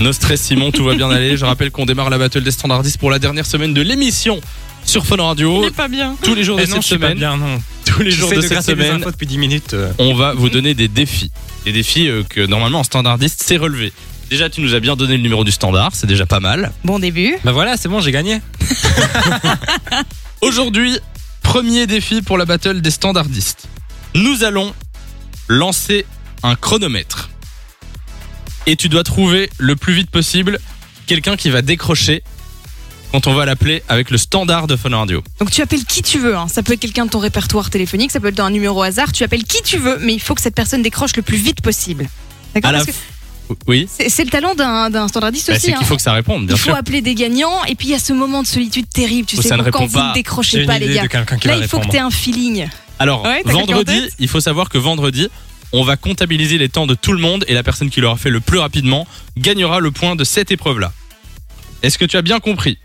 No stress Simon, tout va bien aller. Je rappelle qu'on démarre la battle des standardistes pour la dernière semaine de l'émission sur Fun Radio. Il est pas bien. Tous les jours de Eh cette non, je suis pas semaine, bien, non. tous les jours J'essaie de de cette gratter des semaine, infos depuis 10 minutes. euh. on va vous donner des défis. Des défis euh, que normalement en standardiste c'est relevé. Déjà tu nous as bien donné le numéro du standard, c'est déjà pas mal. Bon début. Bah voilà, c'est bon, j'ai gagné. Aujourd'hui, premier défi pour la battle des standardistes. Nous allons lancer un chronomètre. Et tu dois trouver le plus vite possible quelqu'un qui va décrocher quand on va l'appeler avec le standard de Fun Radio. Donc tu appelles qui tu veux. hein. Ça peut être quelqu'un de ton répertoire téléphonique, ça peut être un numéro au hasard. Tu appelles qui tu veux, mais il faut que cette personne décroche le plus vite possible. D'accord À la Parce que f- Oui, c'est- C'est le talent d'un d'un standardiste Bah, aussi. c'est hein. qu'il faut que ça réponde, bien Il faut sûr. appeler des gagnants et puis il y a ce moment de solitude terrible, tu Où sais, ça ne où quand répond vous pas. ne J'ai décrochez une pas idée les gars. de quelqu'un qui Là, va il faut que répondre. tu aies un feeling. Alors, Ouais, t'as quelqu'un en vendredi, tête il faut savoir que vendredi, on va comptabiliser les temps de tout le monde et la personne qui l'aura fait le plus rapidement gagnera le point de cette épreuve-là. Est-ce que tu as bien compris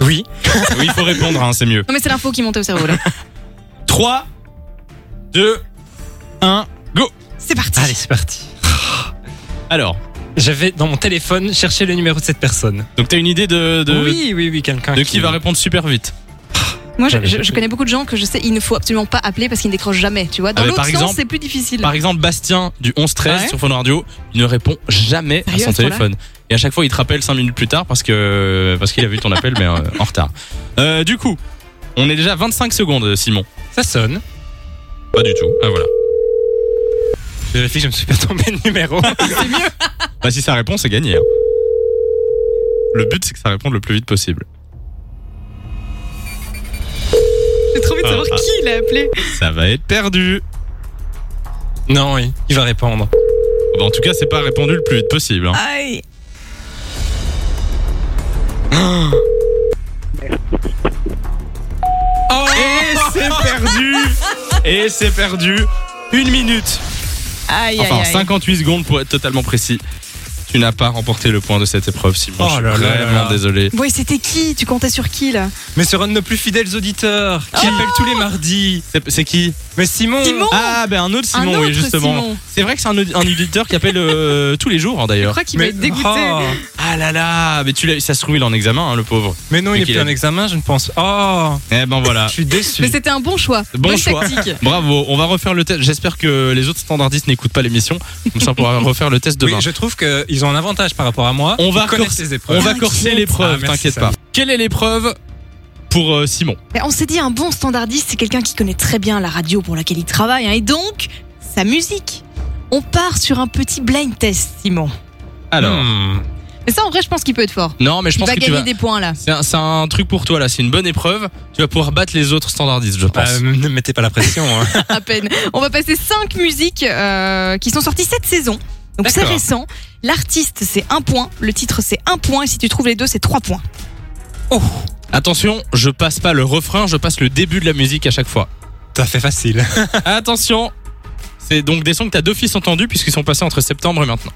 Oui. Oui, il faut répondre, hein, c'est mieux. Non mais c'est l'info qui montait au cerveau là. 3, 2, 1, go C'est parti. Allez, c'est parti. Alors, J'avais dans mon téléphone cherché le numéro de cette personne. donc t'as une idée de, de, oui, oui, oui, quelqu'un. de qui va répondre super vite Moi, je, J'avais je- pas je fait. connais beaucoup de gens que je sais, il ne faut absolument pas appeler parce qu'ils ne décrochent jamais. Tu vois, dans Ah, mais l'autre par sens, exemple- c'est plus difficile. Par exemple, Bastien du 11-13 Ouais. sur Phone Radio, il ne répond jamais à Sérieux, son à ce point-là téléphone. Et à chaque fois, il te rappelle 5 minutes plus tard parce que parce qu'il a vu ton appel, mais euh, en retard. Euh, du coup, on est déjà à 25 secondes, Simon. Ça sonne. Pas du tout. Ah voilà. Je vérifie que je me suis pas tombé de numéro. Bah, si ça répond, c'est gagné. hein. Le but, c'est que ça réponde le plus vite possible. J'ai trop envie de savoir Ah, ah. qui il a appelé. Ça va être perdu. non, oui, il va répondre. Bah, en tout cas, c'est pas répondu le plus vite possible. hein. Aïe. Oh Et c'est perdu Et c'est perdu Une minute Aïe, Enfin, aïe, aïe. 58 secondes pour être totalement précis. Tu n'as pas remporté le point de cette épreuve, Simon. Oh Je suis là là vraiment là là. désolé. Ouais, c'était qui Tu comptais sur qui là Mais sur un de nos plus fidèles auditeurs qui Oh. appelle tous les mardis. C'est, c'est qui Mais Simon. Simon Ah, ben un autre Oh, Un Simon, oui, autre justement. Simon. C'est vrai que c'est un, audi- un auditeur qui appelle euh, tous les jours, hein, Je d'ailleurs. crois qu'il va être dégoûté. Oh. Ah là là, mais tu l'as, ça se trouve, il est en examen, hein, le pauvre. Mais non, Mais il est qu'il plus a- en examen, je ne pense. Oh, Eh ben voilà. je suis déçu. Mais c'était un bon choix. Bon Bonne choix. tactique. Bravo, on va refaire le test. J'espère que les autres standardistes n'écoutent pas l'émission. Comme ça, on pourra refaire le test demain. Oui, je trouve qu'ils ont un avantage par rapport à moi. On va Ils connaissent corser- les épreuves. On va T'inquiète. corser l'épreuve, Ah, merci, t'inquiète ça pas. va. Quelle est l'épreuve pour euh, Simon Mais on s'est dit, un bon standardiste, c'est quelqu'un qui connaît très bien la radio pour laquelle il travaille, hein, et donc sa musique. On part sur un petit blind test, Simon. Alors, Hmm. Mais ça, en vrai, je pense qu'il peut être fort. non, mais je il pense va que tu gagner vas. des points là. C'est un, c'est un truc pour toi là, c'est une bonne épreuve. Tu vas pouvoir battre les autres standardistes, je Bah, pense. ne me mettez pas la pression. hein. à peine. On va passer cinq musiques euh, qui sont sorties cette saison. Donc c'est D'accord. récent. L'artiste c'est un point, le titre c'est un point et si tu trouves les deux c'est trois points. Attention, je passe pas le refrain, je passe le début de la musique à chaque fois. T'as fait facile. Attention, c'est donc des sons que t'as deux fils entendus puisqu'ils sont passés entre septembre et maintenant.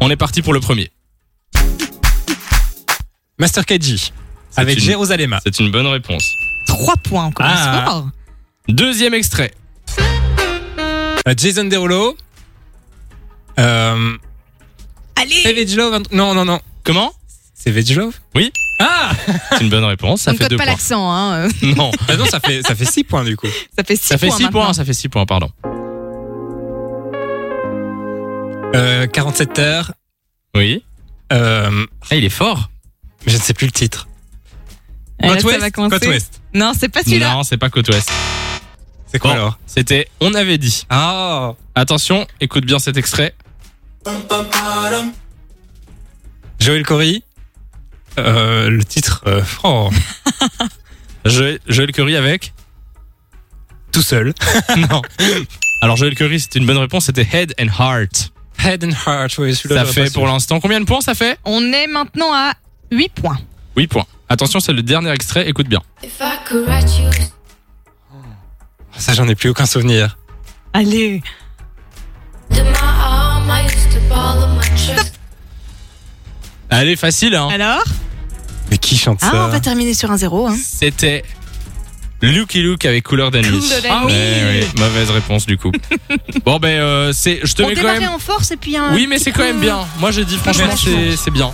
On est parti pour le premier. Master KG C'est avec une- Jérusalem. C'est une bonne réponse. Trois points encore. Ah. fort. Deuxième extrait. Euh, Jason Derulo. Euh, Eh Allez. Savage Love. un truc- Non, non, non. Comment Savage Love Oui. Ah C'est une bonne réponse, ça on ne fait code deux pas points. l'accent, hein. euh, Non, Bah non, ça fait, ça fait 6 points du coup. ça fait six ça fait points. 6 points, maintenant. ça fait 6 points, pardon. Euh, 47 heures. Oui. Euh, Ah, il est fort. je ne sais plus le titre. Et là, Côte ça Ouest, va coincer. Côte Ouest. Non, c'est pas celui-là. Non, c'est pas Côte Ouest. C'est quoi Bon. alors C'était On avait dit. Ah Attention, écoute bien cet extrait. Joël Corey. Euh, le titre. euh, oh, Joël Joël Curry avec. tout seul. non. Alors Joël Curry, c'était une bonne réponse, c'était Head and Heart. Head and Heart. Oui, celui-là, Ça j'aurais fait pas pour su. l'instant combien de points ça fait On est maintenant à 8 points. 8 points. Attention, c'est le dernier extrait, écoute bien. If I could write you Ça, j'en ai plus aucun souvenir. Allez. to my arm, I used to borrow my trust. Allez, facile hein. Alors Mais qui chante Ah, ça on va terminer sur un zéro. Hein. C'était Lucky Luke avec Cooler Than Me. Cooler Than Ah Me. ouais, ouais, mauvaise réponse du coup. bon ben euh, c'est je te On mets quand démarrait même en force et puis un. Oui, mais c'est quand même bien. Moi j'ai dit franchement Vachement. c'est c'est bien.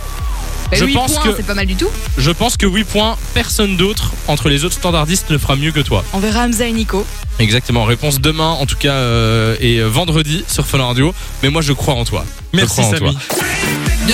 Je pense Bah, points, que- c'est pas mal du tout. Je pense que 8 points, personne d'autre entre les autres standardistes ne fera mieux que toi. On verra Hamza et Nico. Exactement, réponse demain en tout cas euh, et euh, vendredi sur Fun Radio, mais moi je crois en toi. Je Merci crois en toi. Samy.